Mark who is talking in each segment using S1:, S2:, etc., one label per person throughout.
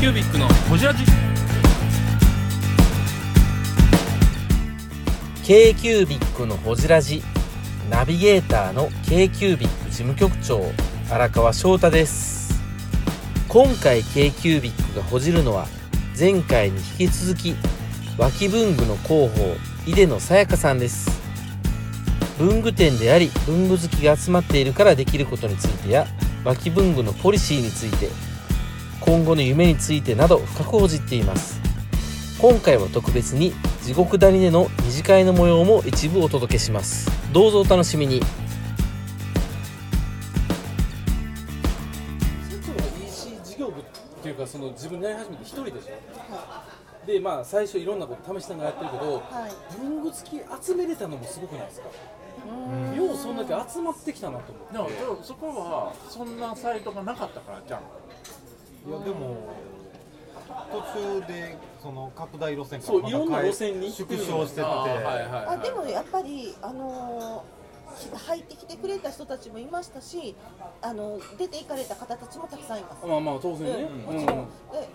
S1: キュービックのホジラジ
S2: k q u b i c のほじラジナビゲーターの k q u b i c 事務局長荒川翔太です今回 k q u b i c がほじるのは前回に引き続き脇文具の広報出野さやかさんです文具店であり文具好きが集まっているからできることについてや脇文具のポリシーについて今後の夢についてなど深くほじっています今回は特別に地獄谷での二次会の模様も一部お届けしますどうぞお楽しみに社長は EC 事業部っていうかその自分でやり始めて一人でしょでまあ最初いろんなこと試しながらやってるけど、
S3: はい
S2: 文具付き集めれたのもすごくないですかようそんだけ集まってきたなと
S4: でもでもそこはそんなサイトがなかったからじゃん
S5: いやでも途中でその拡大路線から
S2: そう
S5: まだ
S2: いろんな
S5: 変え
S2: 路線に行って
S5: 縮
S2: るの
S5: 小してって、
S3: あでもやっぱりあのー入ってきてくれた人たちもいましたし、あの出て行かれた方たちもたくさんいます。
S2: まあまあ当然ね、
S3: うんもちろん、で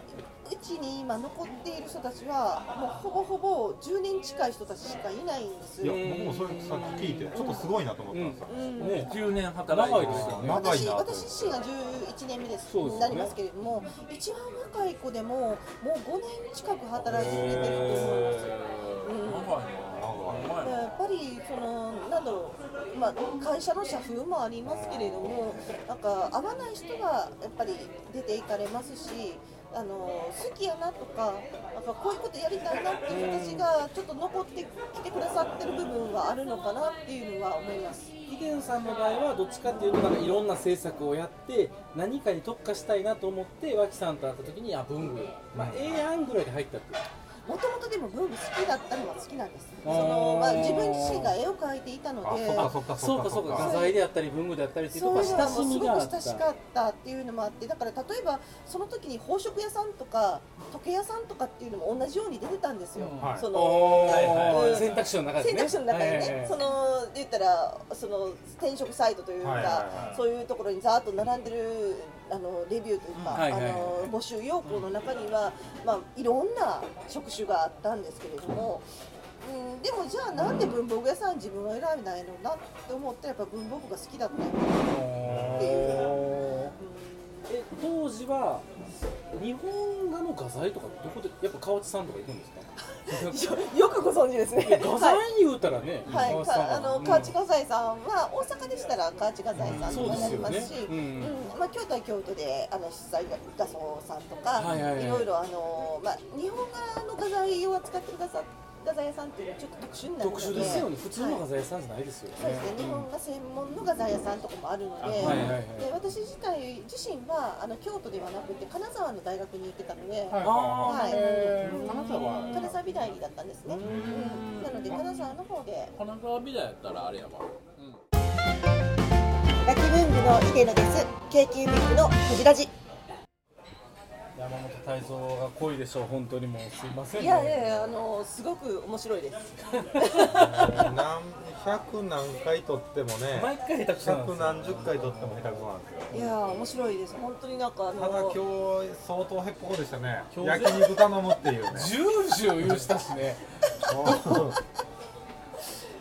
S3: うちに今残っている人たちはもうほぼほぼ10年近い人たちしかいないんですよ。
S5: いや僕もそれさっき聞いてちょっとすごいなと思ったんですよ、
S3: うん
S2: ね
S4: 10年働いて
S2: 長いですよね
S5: 長い
S3: 私
S5: なと
S3: 私自身が11年目です
S2: そうですよね
S3: なりますけれども、一番若い子でももう5年近く働いてくれてると思います。うん
S4: 長い
S5: なんか
S4: な
S3: やっぱりそのなんだろう、まあ、会社の社風もありますけれどもなんか合わない人がやっぱり出ていかれますしあの好きやなとかなんかこういうことやりたいなっていう人たちがちょっと残ってきてくださってる部分はあるのかなっていうのは思います。
S2: ヒデンさんの場合はどっちかっていうとなんかいろんな制作をやって何かに特化したいなと思って脇さんと会った時にあ文具、まあ、ええやんぐらいで入ったっていう
S3: もともとでも文具好きだったのは好きなんです。そ
S2: あー
S3: のまあ、自分自身が絵を描いていたの
S5: あ
S3: で、
S5: そっか
S2: そ
S5: そっ
S2: う
S5: か
S2: か
S5: そ
S2: そ
S5: っ
S2: う
S5: か
S2: か画材であったり文具であったりっていうと
S3: そう
S2: こは
S3: いうの
S2: 親
S3: はも
S2: しみがあ
S3: うすごく
S2: った
S3: 親しかったっていうのもあってだから例えばその時に宝飾屋さんとか時計屋さんとかっていうのも同じように出てたんですよ、
S2: うん
S5: はい
S3: その
S2: おー
S5: はい
S3: はい
S2: 選択肢の中で
S3: 選
S2: ね
S3: 択肢の中にね、
S2: はいはいはい
S3: その言ったらその転職サイトというか、
S5: はいはいはい
S3: そういうところにざーっと並んでるあのレビューというか、
S2: うんはいはいはい
S3: あの募集要項の中には、まあ、いろんな職種があったんですけれども。うん、でもじゃあなんで文房具屋さん自分は選べないのなって思ったらやっぱ文房具が好きだったよっていう。うん
S2: え当時は日本画の画材とかどこでやっぱ河内さんとか行くんですか
S3: よくご存知ですね。
S2: 画
S3: は
S2: 材言うたらね、
S3: い、はい、
S2: 内さん
S3: か
S2: は
S3: あの
S2: うん
S3: 河内画材さんは大阪でしたら河内画材さん
S2: そう
S3: と
S2: で
S3: か
S2: す
S3: なり
S2: よ
S3: ま
S2: ね
S3: すし、
S2: う
S3: うんん、まあ京都は京都であの出材が画装さんとか、
S2: はい
S3: い
S2: はいはい
S3: ろいろあのまあ日本画の画材を扱ってくださ画材屋さんっていうのはちょっと特殊になるの
S2: 特
S3: で、
S2: 殊ですよね普通の
S3: は
S2: 画
S3: い
S2: 材屋さんじゃないですよね、
S3: そうですね、日本画専門の画材屋さんとかもあるので,、
S2: あはいはいはい
S3: で私自体自身はあの京都ではなくて金沢の大学に行ってたので、
S4: はい
S2: あ
S3: ー
S4: え
S3: うん
S4: ー金沢は
S3: 金沢美大だったんですね、
S2: うん
S3: なので金沢の方で
S4: 金沢美大やったらあれやわ
S3: ラキ文具の出野です KQ ビッグの藤ラジ
S2: 山本泰造が濃いでしょう本当にもうすいません、
S3: い
S2: ね、
S3: やいやいやあのすごく面白いです
S5: 何百何回撮ってもね
S2: 毎回下手くそなんですよ
S5: 百何十回撮っても下手くそなんですよ
S3: いや面白いです本当になんかあ
S5: ただ今
S3: の
S5: 日相当ヘッポコでしたね
S2: 今日
S5: 焼肉頼むっていうね
S2: ジュージュー言うしたし ね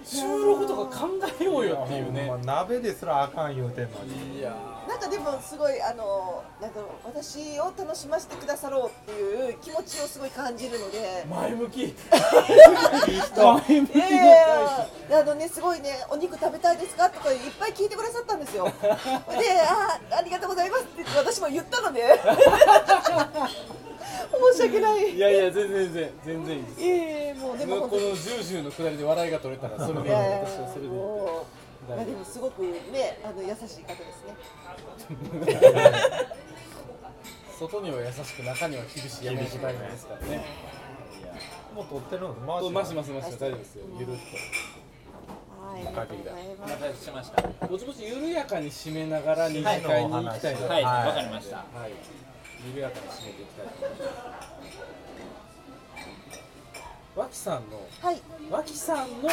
S2: 収録とか考えようよって いうね
S5: ほんま鍋ですらあかん言うてんのに
S2: いや
S3: なんかでもすごいあのなんか私を楽しませてくださろうっていう気持ちをすごい感じるので
S2: ー前向き前向き
S3: いやいや いやあのねすごいねお肉食べたいですかとかいっぱい聞いてくださったん ですよであーありがとうございますって言って私も言った ので申し訳ない
S2: いやいや全然全然全然いいです
S3: ええもうでも
S2: この
S3: 本当
S2: ジ
S3: に
S2: ュージューのくだりで笑いが取れたらそれ
S3: い
S2: で
S3: やいやいや
S2: 私はそれで
S3: もう
S2: 大丈夫
S3: まあでもすごくねあの優しい方ですね。
S2: 外には優しく中には厳しい山本大吾ですからね
S5: もう撮ってるんです
S2: そう回しますす回します大丈夫ですよゆるっ
S3: はい、ありがとうござい
S4: お
S3: ま
S4: 待
S3: す。
S4: たせしました
S2: とぼちぼち緩やかに締めながら二次会に行きたいな
S4: はいわ、
S5: はい
S4: かりました
S2: はい、緩やかに締めていきたいと思います。脇さんの、
S3: はい、
S2: 脇さんの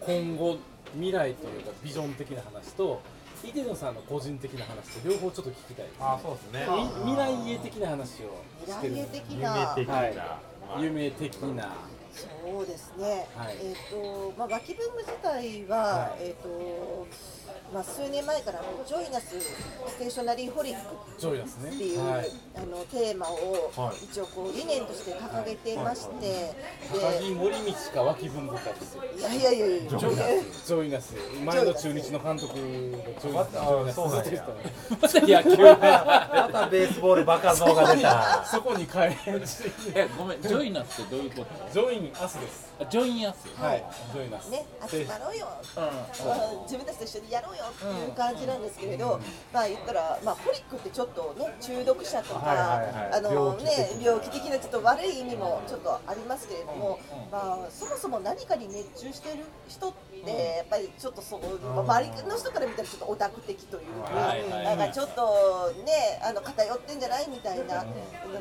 S2: 今後未来というかビジョン的な話と、伊手野さんの個人的な話と両方ちょっと聞きたいです
S5: あそうですね
S2: み未来家的な話をして
S3: 未
S2: るん
S3: 来家
S2: です
S3: 的な
S1: 夢的
S2: はい
S1: な、
S2: 有名的な
S3: そうですね、
S2: はい
S3: えっ、と、まあ、脇ブーム自体は、
S2: はい
S3: えっ、と、まあ、数年前からジョイナスステーショナリーホリック
S2: ジョイですね
S3: っていう、
S2: はい
S3: あのテーマを
S5: はい
S3: 一応こう理念として掲げてまして、
S2: 高木森道か脇文部かですよ
S3: でいやいやいやいや
S2: ジョイナス、ジョイナス、前の中日の監督のジョイナス、ジョイナス
S5: そうなんや
S2: ずっと言ってたね。また野球
S5: またベースボールバカ像が出た
S2: そこに変えんし
S1: えごめんジョイナスってどういうこ
S2: ジョインアスです。
S1: とあジョインやす
S2: はい、ジョイナス。
S3: ね、集まろうよ、自分たちと一緒にやろうよっていう感じなんですけれど、まあ言ったら、まあ、ホリックってちょっとね中毒者とか、
S5: はいはいはい
S3: あの
S5: 病気的
S3: ね病気的なちょっと悪い意味もちょっとありますけれども、まあそもそも何かに熱中してる人ってやっぱりちょっとそう、まあ周りの人から見たらちょっとオタク的というか、
S2: はいはいはい
S3: なんかちょっとねあの偏ってんじゃないみたいな、で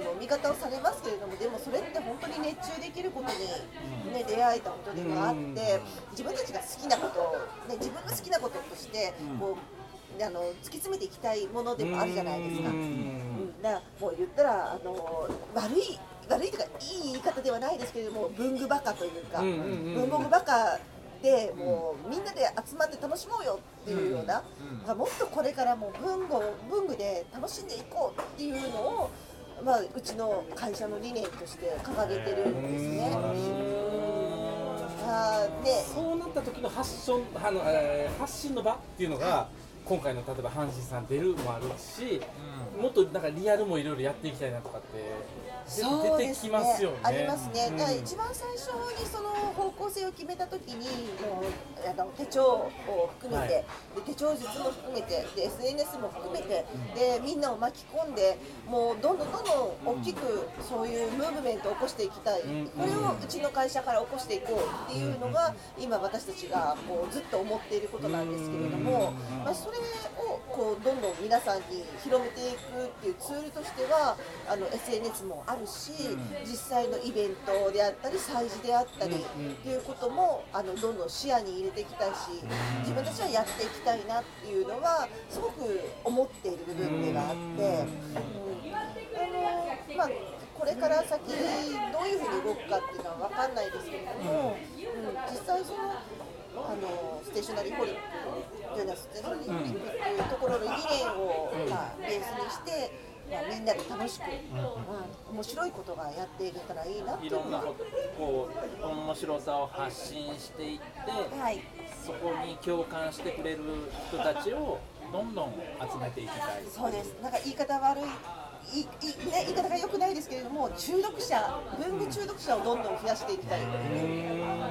S3: も見方をされますけれどもでもそれって本当に熱中できることに、ね、出会えたことでもあって。自分たちが好きなことを、ね、自分が好きなこととしてこう、あの突き詰めていきたいものでもあるじゃないですか。
S2: う
S3: うんだからもう言ったらあの悪い悪いというかいい言い方ではないですけれども文具バカというか、
S2: うんうんうん
S3: 文房具バカでもうみんなで集まって楽しもうよっていうような、まあもっとこれからもう文具を文具で楽しんでいこうっていうのを、まあ、うちの会社の理念として掲げてるんですね。あーで
S2: そうなった時の発信あの、えー発信の場っていうのが今回の例えば阪神さん出るもあるし、もっとなんかリアルもいろいろやっていきたいなとかって出
S3: そう
S2: 出
S3: で
S2: て
S3: す
S2: き
S3: ね
S2: ますよね。
S3: ありますね。
S2: うん
S3: だから一番最初にその方向性を決めたときに、もうあの手帳を含めて、
S2: はい
S3: で手帳術も含めて、で SNS も含めて、でみんなを巻き込んで、もうどんどんどんどん大きくそういうムーブメントを起こしていきたい。
S2: ん
S3: これをうちの会社から起こしていこうっていうのが、今私たちがこうずっと思っていることなんですけれども、まあそれをこうどんどん皆さんに広めていくっていうツールとしてはあの SNS もあるし、実際のイベントであったり催事であったりっていうこともあのどんどん視野に入れていきたいし、自分たちはやっていきたいなっていうのはすごく思っている部分ではあって。うんあのまあこれから先どういうふうに動くかっていうのは分かんないですけれども、うん実際そのあのステーショナリーホリックというのはステーショナリーホリックっていうところの理念を、まあ、ベースにして、まあ、みんなで楽しく、うん面白いことがやっていけたらいいなってい
S1: いうろん
S3: の
S1: な
S3: は
S1: こ。とこう面白さを発信していって
S3: はい
S1: そこに共感してくれる人たちをどんどん集めていきたい
S3: そうです。なんか言い方悪い。いいね、言い方が良くないですけれども中毒者文具中毒者をどんどん増やしていきたい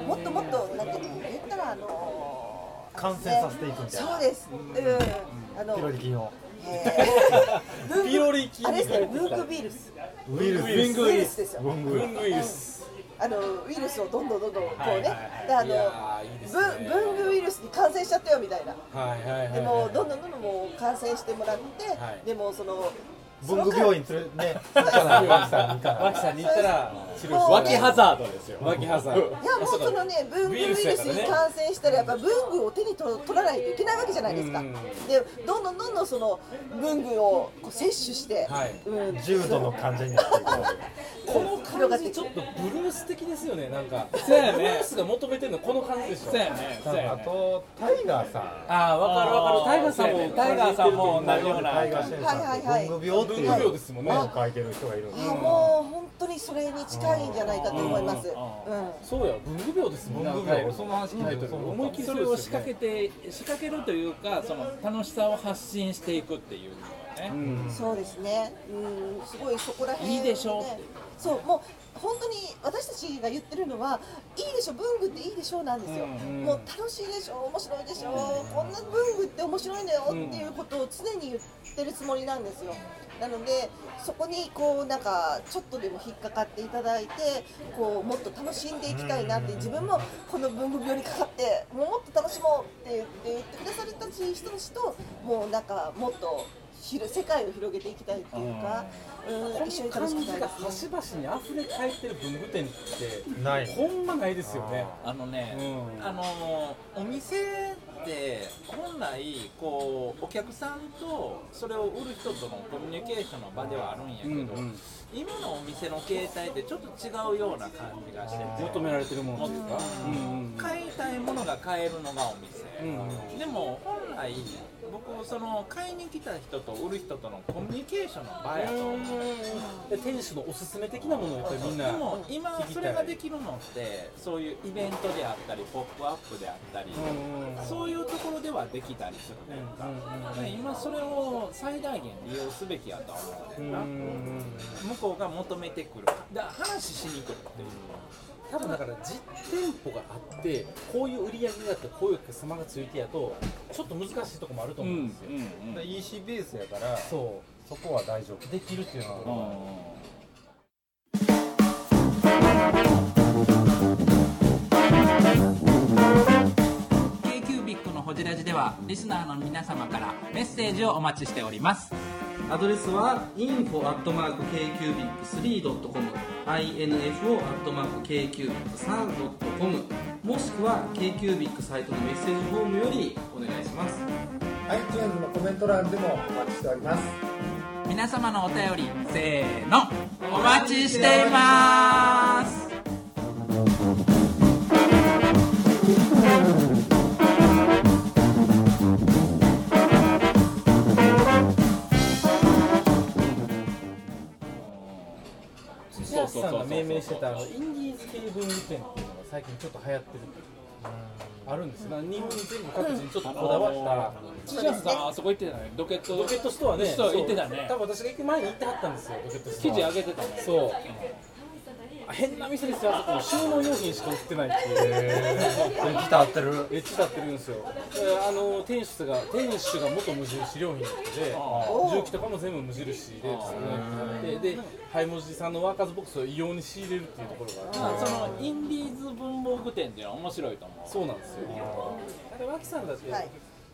S3: もっともっとなんていうの言ったらあのー
S5: 感染させていくみたいな
S3: そうですうんあの
S5: ピロリ菌を
S3: えー文具
S2: ピロリ菌
S3: あれですね文具ウイルス
S5: ウイルス
S2: ウイルス
S3: ウイルスですよ
S5: 文具
S2: ブングイルス。
S3: あのウイルスをどんどんどんどんこうねであ
S2: はいはいはい
S3: の
S2: いやーいいですね
S3: 文文具ウイルスに感染しちゃったよみたいな
S2: はいはいはいはい。
S3: でもどんどんどんどんもう感染してもらって、
S2: はい
S3: でもその
S5: 文具病院連れね行かな脇さん行かな
S2: 脇さんに行ったら治療
S3: もう
S2: してもらえる
S1: ザードですよ
S2: 脇ハザード。
S3: いやもうそのね文具ウイルスに感染したらやっぱ文具を手に取取らないといけないわけじゃないですか。
S2: うん
S3: でどんどんどんどんその文具をこう摂取して、
S2: はい
S3: うん
S5: 重度の患者になっていく
S2: この感じちょっとブルース的ですよねなんか
S1: そうやね
S2: ブルースが求めてるのこの感じでしょ
S1: そうやねそうや
S5: あ
S1: ね
S5: とタイガーさん
S2: ああわかるわかるタイガーさん
S1: そうや
S2: も
S1: ねタイガーさんも同じような
S5: タイガーシェンさんって
S3: はいはいはい
S5: 文具病って
S2: 文具
S5: いう
S2: 病ですもんね
S5: 本を書いてる人がいるんで
S3: あ
S5: すよ
S3: もう本当にそれに近いんじゃないかと思います。
S1: う
S3: う
S1: ん
S3: ん
S2: そうや文具病ですもん
S5: 文具病俺その話聞いてると
S2: 思
S5: 思
S2: い
S5: い
S2: っ
S5: っ
S2: きり
S1: それを仕掛けて仕掛けるというかその楽しさを発信していくっていうのはね、
S3: そうですね。うん、すごいそこら辺、ね。
S1: いいでしょって
S3: そう、もう本当に私たちが言ってるのは、いいでしょ、文具っていいでしょなんですよ。もう楽しいでしょ、面白いでしょ、こんな文具って面白いんだよっていうことを常に言ってるつもりなんですよ。なのでそこにこうなんかちょっとでも引っかかっていただいてこうもっと楽しんでいきたいなって自分もこの文具病にかかってもうもっと楽しもうって言って言ってくださるたち人たちともうなんかもっとひろ世界を広げていきたいっていうか、うん、一緒に楽
S2: 感
S3: し
S2: じ
S3: くたい
S2: が
S3: ですね。
S2: 端々に溢れ返ってる文具店って
S5: ない
S2: ほんまないですよね
S1: あのね、
S2: うん
S1: あのお店って本ないこうお客さんとそれを売る人とのコミュニケーションの場ではあるんやけど、
S2: うんうん
S1: 今のお店の形態ってちょっと違うような感じがしてて
S2: 求められてるものっていうかうんうん
S1: 買いたいものが買えるのがお店、
S2: うんうん
S1: でも本来僕その買いに来た人と売る人とのコミュニケーションの場やと思う
S2: で店主のおすすめ的なものをやっぱりみんな
S1: でも今
S2: 聞きたい
S1: それができるのってそういうイベントであったり「ポップアップであったり、
S2: うんうん
S1: そういうところではできたりするというか、
S2: うんうん
S1: 今それを最大限利用すべきやとは思う
S2: うんん
S1: だよな、
S2: うん
S1: 向こうが求めてくるだ話しに来るっていう、
S2: 多分だから実店舗があってこういう売り上げがあってこういうお客様がついてやとちょっと難しいとこもあると思うんですよ、
S5: だから EC ベースやからそ
S2: そ
S5: こは大丈夫
S2: うできるっていうのは
S1: ケイキュービックのホジラジではリスナーの皆様からメッセージをお待ちしております
S6: アドレスは info.kcubic3.com info.kcubic3.com もしくは KQBIC サイトのメッセージフォームよりお願いします
S7: はい、チューンのコメント欄でもお待ちしております。
S1: 皆様のお便りせーのお待ちしています
S2: 土橋さんが命名してたあのインディーズ系文具店っていうのが最近ちょっと流行ってるあるんですよ日本全部各地にちょっとこだわった
S1: 土屋さんあそこ行ってたねドケット
S2: ロケットストアね
S1: そう行ってたね
S2: 多分私が行く前に行ってはったんですよロケットスト
S1: 記
S2: ア
S1: 事上げてたね
S2: そう変な店ですよあそ こ収納用品しか売ってないっていうエッジ立ってるエッジ立ってるんですよであの店主が店主が元無印良品の人で重機とかも全部無印で作ってでハイモジさんのワーカーズボックスを異様に仕入れるっていうところがあって
S1: まあそのインディーズ文房具店っていうのは面白いと思う
S2: そうなんですよだから脇さんだって、
S3: はい、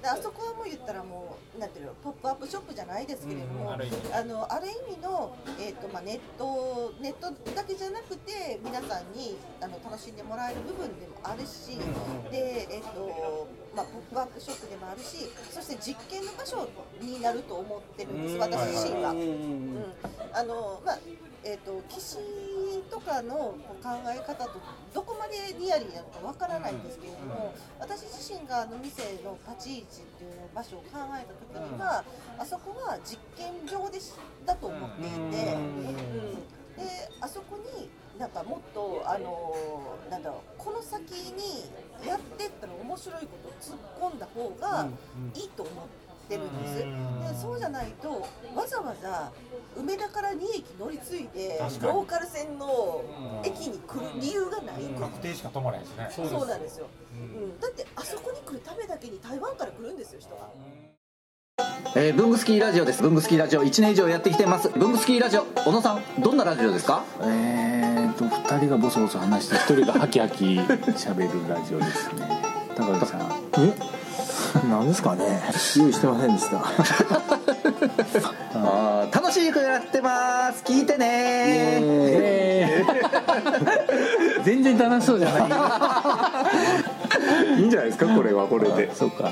S3: であそこはもう言ったらもうなんていうのポップアップショップじゃないですけれども、あのある意味の、えーとまあ、ネットネットだけじゃなくて皆さんにあの楽しんでもらえる部分でもあるし、でえっ、とまあポップアップショップでもあるしそして実験の場所になると思ってるんです私自身は。うんあのまあえー、と岸とかのこう考え方とどこまでリアリーなのかわからないんですけれども、私自身があの店の立ち位置っていうの場所を考えた時には、あそこは実験場でしだと思っていて、うんであそこになんかもっとあのなんだろうこの先にやってったら面白いことを突っ込んだ方がいいと思ってるんです。でそうじゃないとわざわざ梅田から2駅乗り継いでローカル線の駅に来る理由がないと
S5: 確定しか止まらへんしね
S2: うです
S3: そうなんですよ、うん、だってあそこに来るためだけに台湾から来るんですよ人が。
S8: えー、ブングスキーラジオですブングスキーラジオ1年以上やってきてますブングスキーラジオ小野さんどんなラジオですか
S9: えーと2人がボソボソ話して1人がハキハキ喋るラジオですね高木さんえなんですかね用意してませんで した
S8: あー楽しい曲やってます聞いてね
S9: 全然楽しそうじゃ ないいいんじゃないですかこれはこれでそうか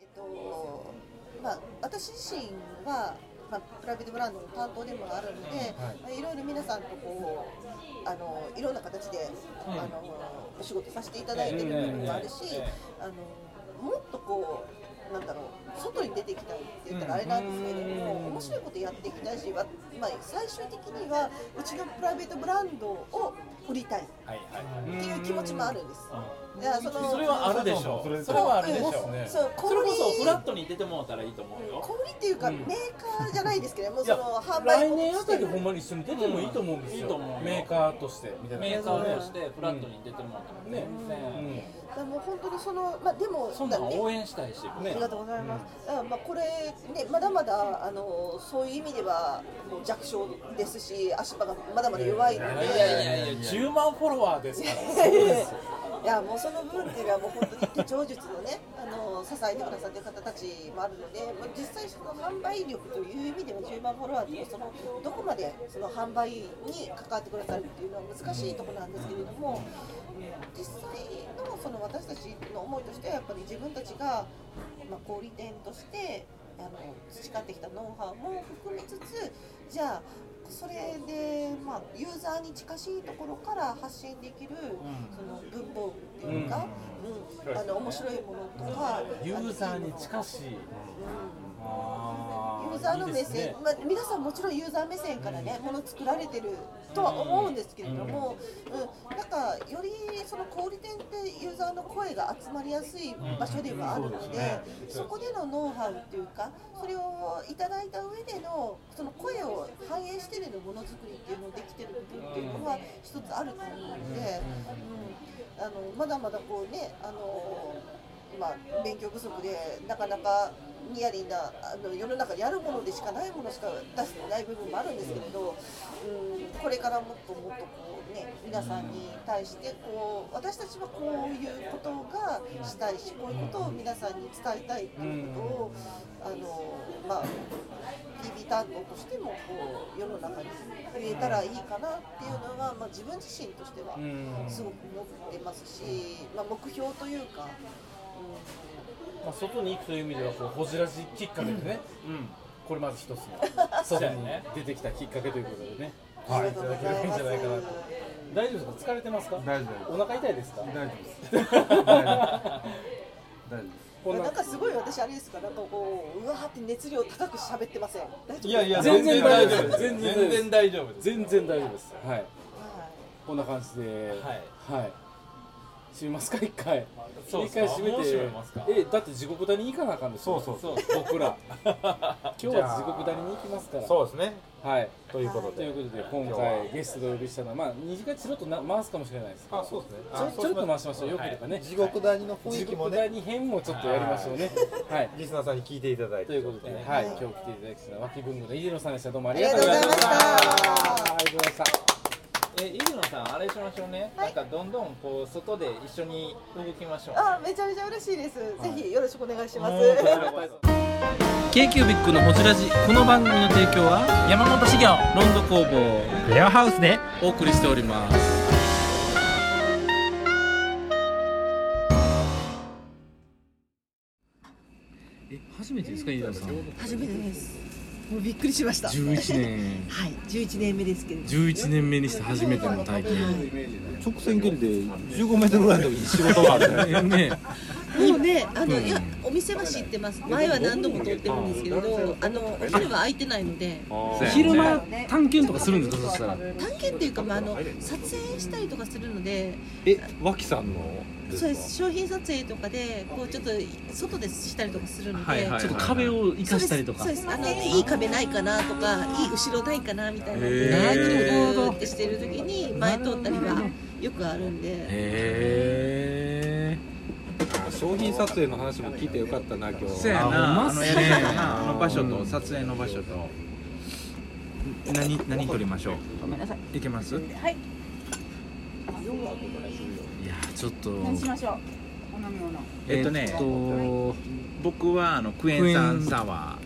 S3: えっとまあ、私自身は、まあ、プライベートブランドの担当でもあるので、まあいろいろ皆さんとこうあのいろんな形で、あのお仕事させていただいてる部分もあるし、あのもっとこうなんだろう外に出ていきたいって言ったらあれなんですけれども、面白いことやっていきたいし、わまあ、最終的にはうちのプライベートブランドを売りたいっていう気持ちもあるんです。いやその
S1: それはあるでしょうそれはあるでしょ
S3: う
S1: う
S3: んそう
S1: それ
S3: 小
S1: こそ
S3: 売
S1: フラットに出てもうたらいいと思うよ
S3: 小売りっていうか、メーカーじゃないですけど、もう
S2: い
S3: そ
S2: や
S3: の販売
S2: 来年あたり
S3: る
S2: ほんまに一緒に出てもいいと思うんですよ、
S1: うんいいと思う
S2: メーカーとしてみたいな
S1: メーカーとしてフラットに出てもうたら
S2: ね、
S1: ね
S2: うん
S3: だからもう本当にその、まあ、でも、
S1: そんなん
S3: だね
S1: 応援したいし
S3: ありがとうございます。だからまあこれねまだまだあのそういう意味ではもう弱小ですし足場がまだまだ弱いので、
S1: いやいやいや10万フォロワーですから
S3: いやいやいややもうその部分っていうのはもう本当に手帳術のねあの支えてくださってる方たちもあるので、まあ、実際その販売力という意味では10万フォロワーっていうのはそのどこまでその販売に関わってくださるっていうのは難しいところなんですけれども実際のその私たちの思いとしてはやっぱり自分たちが、まあ、小売店としてあの培ってきたノウハウも含みつつじゃあそれで、まあ、ユーザーに近しいところから発信できる、その文法っていうか、うんあの面白いものとか
S2: ユーザーに近しいあ
S3: ユーザーの目線
S2: いいですね
S3: まあ、皆さんもちろんユーザー目線からね、もの作られてるとは思うんですけれども、うんなんかよりその小売店ってユーザーの声が集まりやすい場所ではあるので,、そこでのノウハウっていうかそれをいただいた上でのその声を反映してでのものづくりっていうのをできてる部分っていうのは一つあると思うので、うん、あのまだまだこうねあのまあ、勉強不足でなかなかニヤリンなあの世の中にあるものでしかないものしか出してない部分もあるんですけれど、うん、これからもっともっとこう、ね、皆さんに対してこう私たちはこういうことがしたいしこういうことを皆さんに伝えたいということを、あのまあ、TV 担当としてもこう世の中に言えたらいいかなっていうのは、まあ、自分自身としてはすごく思ってますし、まあ、目標というか。
S2: まあ、外に行くという意味ではこうほじらじきっかけでね、これまず一つ の外に出てきたきっかけということでね
S3: あ
S2: はい
S3: り
S2: い
S3: が
S2: た
S3: とうご
S2: だけれ
S3: ざ
S2: ばいい
S3: い
S2: ん
S3: ま
S2: じゃないかなと
S3: す。
S2: 大丈夫ですか疲れてますか
S5: 大丈夫
S2: お腹痛いですか
S5: 大丈夫です。大丈夫で
S2: こん
S3: な
S2: なん
S3: かすごい私あれですかなんかこううわーって熱量高く喋ってません大丈
S5: す。
S3: 夫
S5: いやいや
S2: 全然大丈夫です
S5: 全然大丈夫です。
S2: 全然大丈夫ですはい
S3: は
S2: こんな感じでは
S5: はい
S2: はい閉めますか一回
S10: そうっ
S2: 一
S10: すか
S2: 回閉め
S10: もう
S2: て
S10: 閉めますか
S2: えだって地獄谷に行かなあかんでしょ
S5: そう
S2: そう 僕ら今日は地獄谷に行きますから
S10: そうですね。
S2: はい
S10: ということ
S2: とい
S10: で
S2: う。ことで今回ゲストでお呼びしたのはまあ二時間ちょっとな回すかもしれないですけど
S5: あ、そうですね。
S2: ちょちょっと回しましょうよければね
S5: 地獄谷の雰
S2: 地
S5: 囲気も
S2: 獄
S5: ね、
S2: 谷編もちょっとやりましょうねはい
S5: リスナーさんに聞いていただい
S2: と
S5: て。
S2: いうことでねはい今日来ていただきました脇文具の井出野さんでしたどうもあり
S3: い、あ
S2: が
S3: り
S2: と
S3: が
S2: う
S3: とう
S2: ご
S3: ご
S2: ざ
S3: ざ
S2: い
S3: い
S2: ま
S3: ま
S2: し
S3: したた
S2: ありがとう
S10: え、井野さん、あ
S2: ございました
S10: れしましょうね。なんかどんどんこう外で一緒に動きましょう。
S3: あめちゃめちゃ嬉しいです、ぜひよろしくお願いします
S6: k q b i c のほじラジこの番組の提供は山本資源ロンド工房レアハウスでお送りしておりますえ初めてですか飯田さん
S3: 初めてですもうびっくりしました
S6: 11年
S3: はい11年目ですけれど
S6: 11年目にして初めての体験
S5: 直線距離で15メートルぐらいの仕事がある。
S6: え ね
S3: もうねあの、いやお店は知ってます前は何度も撮ってるんですけれどあのお昼は空いてないので
S6: 昼間探検とかするんですかそしたら
S3: 探検っていうか、まあ、あの撮影したりとかするので
S6: え脇さんの
S3: そうです商品撮影とかでこうちょっと外でしたりとかするので、
S6: ちょっと壁を生かしたりとか
S3: そうですそうですあのいい壁ないかなとかいい後ろないかなみたいなの
S6: へ
S3: で
S6: ー
S3: ぐーってしてる時に前通ったりがよくあるんで
S6: へえ
S5: 商品撮影の話も聞いてよかったな、今日。
S1: そうやな、
S6: あ
S1: あ
S6: ほんま
S1: の
S6: っす
S1: やる
S6: ね
S1: やろな、あの場所と撮影の場所と。何、何撮りましょう。ごめんなさい。いけます。
S6: いやちょっと
S1: えっとね、僕はあのクエン酸サワ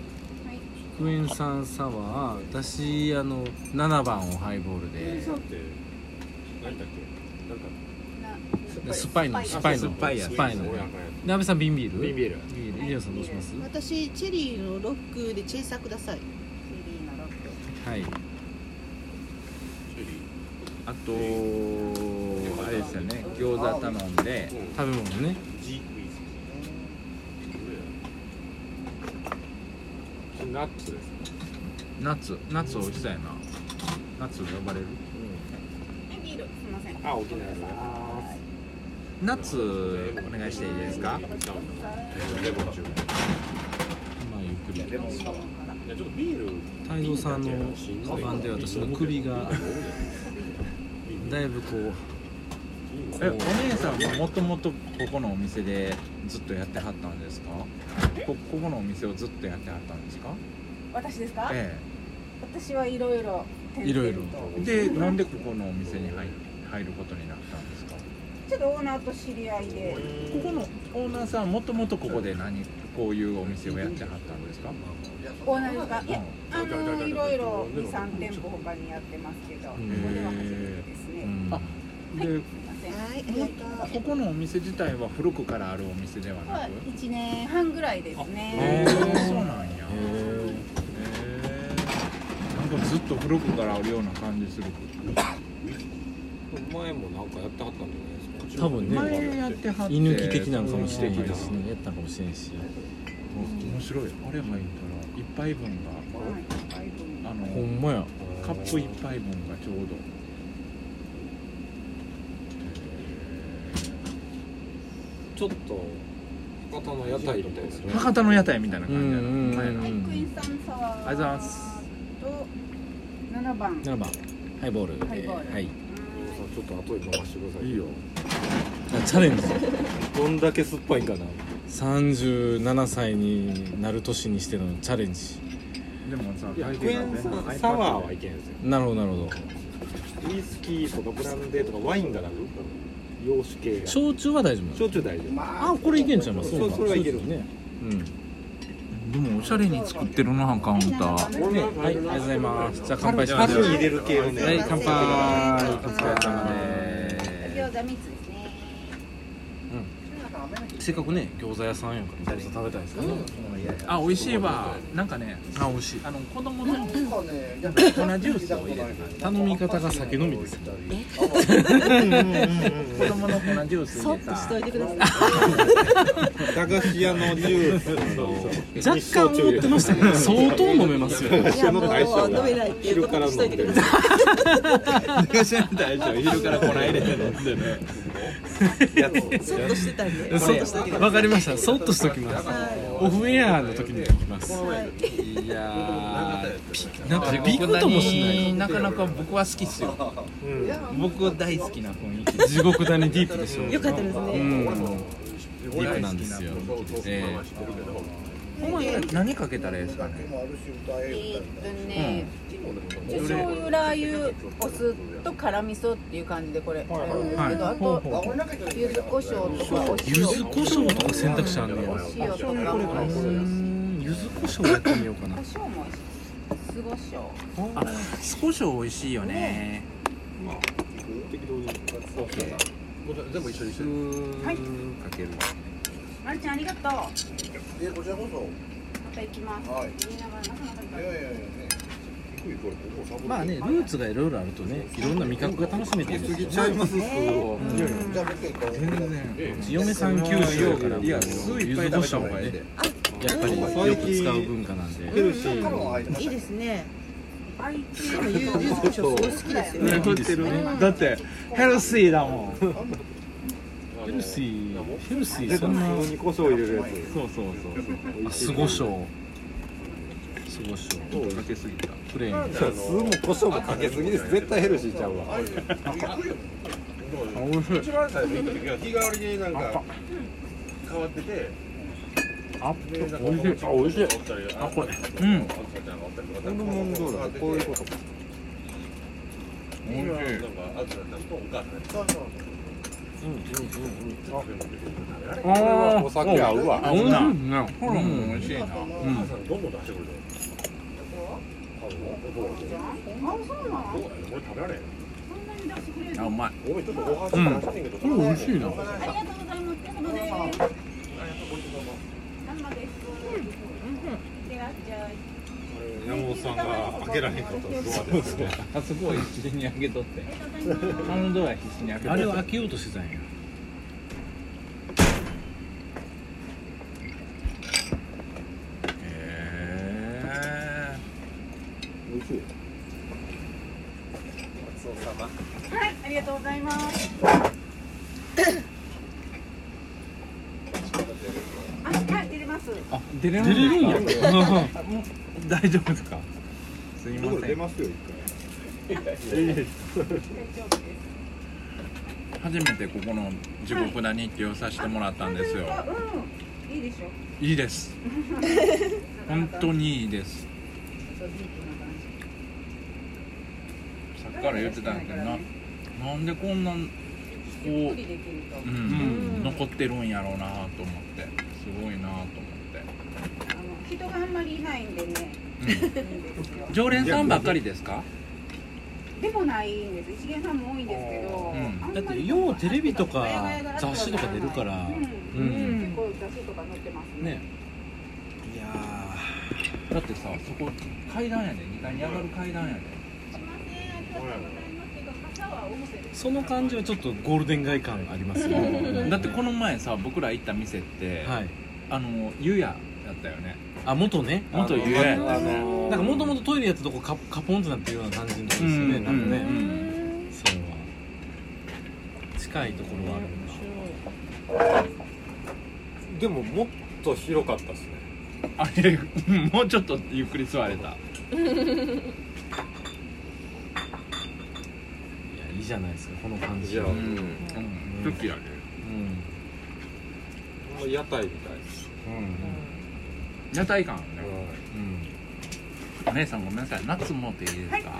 S6: クエン酸サワー私あの7番をハイボールでスパイのスパイの
S1: 酸っぱいやつ
S6: スパイので安倍さん瓶ビール
S1: ー。ビール。
S6: ビールイリオンさんどうします
S3: 私チェリーのロックでチェイサーください
S6: はい
S1: あと、あれですよね、餃子頼んで、
S6: 食べ物ね
S10: ナッツです。
S1: ナッツ、ナッツ美味しそうやな。ナッツ呼ばれる。
S10: あ、沖縄です。
S1: ナッツ、お願いしていいです
S6: ま
S1: か。
S6: あゆっくり太蔵さんの番で私の首がだいぶこう
S1: え、お姉さんももともとここのお店でずっとやってはったんですかこここのお店をずっとやってはったんですか
S11: 私ですか、
S1: え
S11: 私はいろいろ
S6: いろいろ
S1: えでなんでここのお店に入入ることになったんですか
S11: けどオーナーと知り合いで
S9: ここのオーナーさんもともとここで何こういうお店をやってはったんですか
S11: オーナーですかいやあのいろいろ23店舗他にやってますけどここでは初めてですね
S9: あで
S11: はいえっと
S9: ここのお店自体は古くからあるお店ではなく
S11: 1年半ぐらいですね
S9: へーそうなんやへえんかずっと古くからあるような感じする
S5: 前もなんかやってはったんじゃないですか
S6: 多分ね
S9: 前やってはって
S6: 犬木的なのかもしれないですねやったのかもしれないし
S9: 面白いあれ入ったら一杯分があの
S6: ほんまや
S9: カップ一杯分がちょうど
S5: ちょっと博多の屋台みたいな
S9: 博多の屋台みたいな感じやなはいな
S11: クイーンさんサワー
S9: ありがとうございます
S11: と7番
S6: 7番ハイボールで
S11: ハイボール
S6: はい
S5: ちょっと後で飲ましてくださいいいよ
S6: あチャレンジ
S5: どんだけ酸っぱいんかな
S6: 37歳になる年にしてのチャレンジ
S9: でもさ
S5: いやクエン酸サワーはいけんですよ
S6: なるほどなるほど
S5: ウイスキーとかブランデーとかワインがなく洋酒系が
S6: 焼酎は大丈夫
S5: 焼酎大丈夫
S6: あこれいけんちゃいます
S5: そうそれはいける
S6: ね
S9: でもおしゃれに作ってるなカウンター
S6: はいありがとうございますじゃあ乾杯しま
S9: 春
S6: す
S9: に入れる系のね
S6: はい乾杯お疲れ様で
S11: 餃子3つですね
S6: すせっかくね餃子屋さんやから餃子食べたいですからね
S9: あ美味しいわなんかねあ美味しいあの子供の粉ジュースを入れる
S6: 頼み方が酒飲みです
S9: 子供の粉ジュース入れた
S3: しといてください
S5: 駄菓子屋のジュースの
S6: 若干思ってましたけど相当飲めますよ
S5: 私の大将
S3: いやもう飲めない
S5: が
S3: っていう
S5: 昼
S3: こ
S5: から
S3: とにし
S5: 飲
S3: と
S5: ん
S3: い
S5: で
S3: て
S5: る
S3: くだ
S9: 昔の大将昼から粉入れて飲んでね
S3: そっとしてたんでそっとしといて
S6: 嘘わかりましたそっとしときますオフエアの時に聞きます
S9: いやー
S6: なんかビクともしない
S9: なかなか僕は好きっすよ、僕は大好きな雰囲気
S6: 地獄谷ディープでしょ
S9: よかったですね
S6: うんディープなんですよ
S9: ええお前何かけたらいいですかね
S11: えーっとね、一応醤油ラー油お酢と辛味噌っていう感じでこれ、
S6: はい
S11: けどあと柚子胡椒とかお塩
S6: 柚子胡椒とか選択肢あんねや
S11: 塩とかお
S6: 柚子胡椒やってみようかな
S11: 塩も酢胡椒
S12: あ少し美味しいよね
S5: 適当に全部一緒にして
S11: はい
S5: かける
S11: まるちゃんありがとうま
S13: えこちらこそ
S11: た行きます、
S13: はい
S11: 言いながらなかなか行かない
S13: いやいやいやね
S6: まあねルーツがいろいろあるとねいろんな味覚が楽しめてるんですようん
S13: じゃあもう一回行こう
S6: 嫁さん九州やから
S9: いや酢いっぱい食べた方がいいで
S6: 柚子胡椒もねやっぱりよく使う文化なんで
S9: ヘルシー
S3: いいですね
S11: 愛知
S3: でもゆずこしょうすごい好きですよね
S9: 残ってるねだってヘルシーだもんヘルシー
S6: ヘルシ
S9: ーそんな
S5: に胡椒入れるやつ
S9: そうそうそう
S6: あ酢胡椒酢胡椒
S9: かけすぎた
S6: プレーン
S5: 酢も胡椒もかけすぎです絶対ヘルシーちゃうわ
S6: 美味しい
S14: 一番最初に行った時は日替わりになんか変わってて
S6: あ
S14: でなんか
S6: 美味し
S14: お餅と
S6: い
S14: かおったり
S6: あこ
S14: お餅ちゃんがおった
S6: れうん
S14: りとか
S5: このもんどうだこういうことか
S14: 美味しいなんかあとなんかお母さんに
S5: あこれはお酒合うわ
S14: あ合うな
S9: ホルモン美味しいな
S14: お母さんどんどん出してくるじゃん
S11: あそうなの
S14: 俺食べられへん
S9: あうまい
S14: おいちょっとご飯
S9: うん
S14: 出してんけど
S9: これ美味しいな
S11: ありがとうございますお疲れ様です生ですではじゃあ
S5: 山本さんが開けられへんかったらどうやって開けた
S9: あそこを必死に開けとってあのドア必死に開けとって
S6: あれを開けようとしてたんや
S9: へ
S5: 美味しい
S11: はい、ありがとうございます。あ、はい、出れます。
S9: あ出れ
S6: 出れるんや
S9: 大丈夫ですかすいま
S5: こ
S9: せ
S5: れ
S9: ん
S5: 出ますよ一回
S9: 初めてここの地獄谷ってをさせてもらったんですよ
S11: うん、いいでしょ
S9: いいです本当にいいです
S11: そうディープな感じ。
S9: さっきから言ってたんやけどななんでこんな
S11: ゆっ
S1: こ
S11: くりできると、
S1: う、うん、残ってるんやろうなと思ってすごいなと思って
S11: あの人があんまりいないんでね、いいんですよ
S1: 常連さんばっかりですか
S11: でもないんです一元さんも多いんですけど、
S6: だってようテレビとか雑誌とか出るから、
S11: うん結構雑誌とか載ってますね
S6: ね
S1: いやーだってさそこ階段やで2階に上がる階段やで
S6: その感じはちょっとゴールデン街感ありますよね
S1: だってこの前さ僕ら行った店って、あの湯屋だったよね
S6: あ元ね
S1: 元湯屋やったね
S6: なんかもともとトイレやったとこカカポンってなってるような感じのとこですよね、
S1: うん
S6: なんかね、
S1: うん
S6: それは近いところはあるんだ
S2: でももっと広かったですね
S1: あれもうちょっとゆっくり座れた
S6: いやいいじゃないですかこの感じは
S2: うん
S6: うん
S1: 好きやね
S2: ほんま屋台みたいです
S1: 屋台感あるね、うんお姉さんごめんなさいナッツもっていいですか、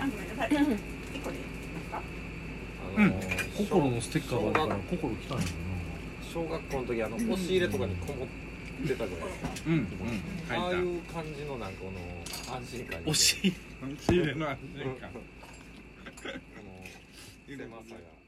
S6: うん心のステッカーがあるから心来たんや
S2: 小学校の時あの押し入れとかにこもってたじゃないですか
S9: 嗯
S1: うんうん
S6: 書いた
S2: ああいう感じのなんかこの安心感
S6: 押し入れ
S9: 啊
S1: 押し入れの安心感
S2: この狭さが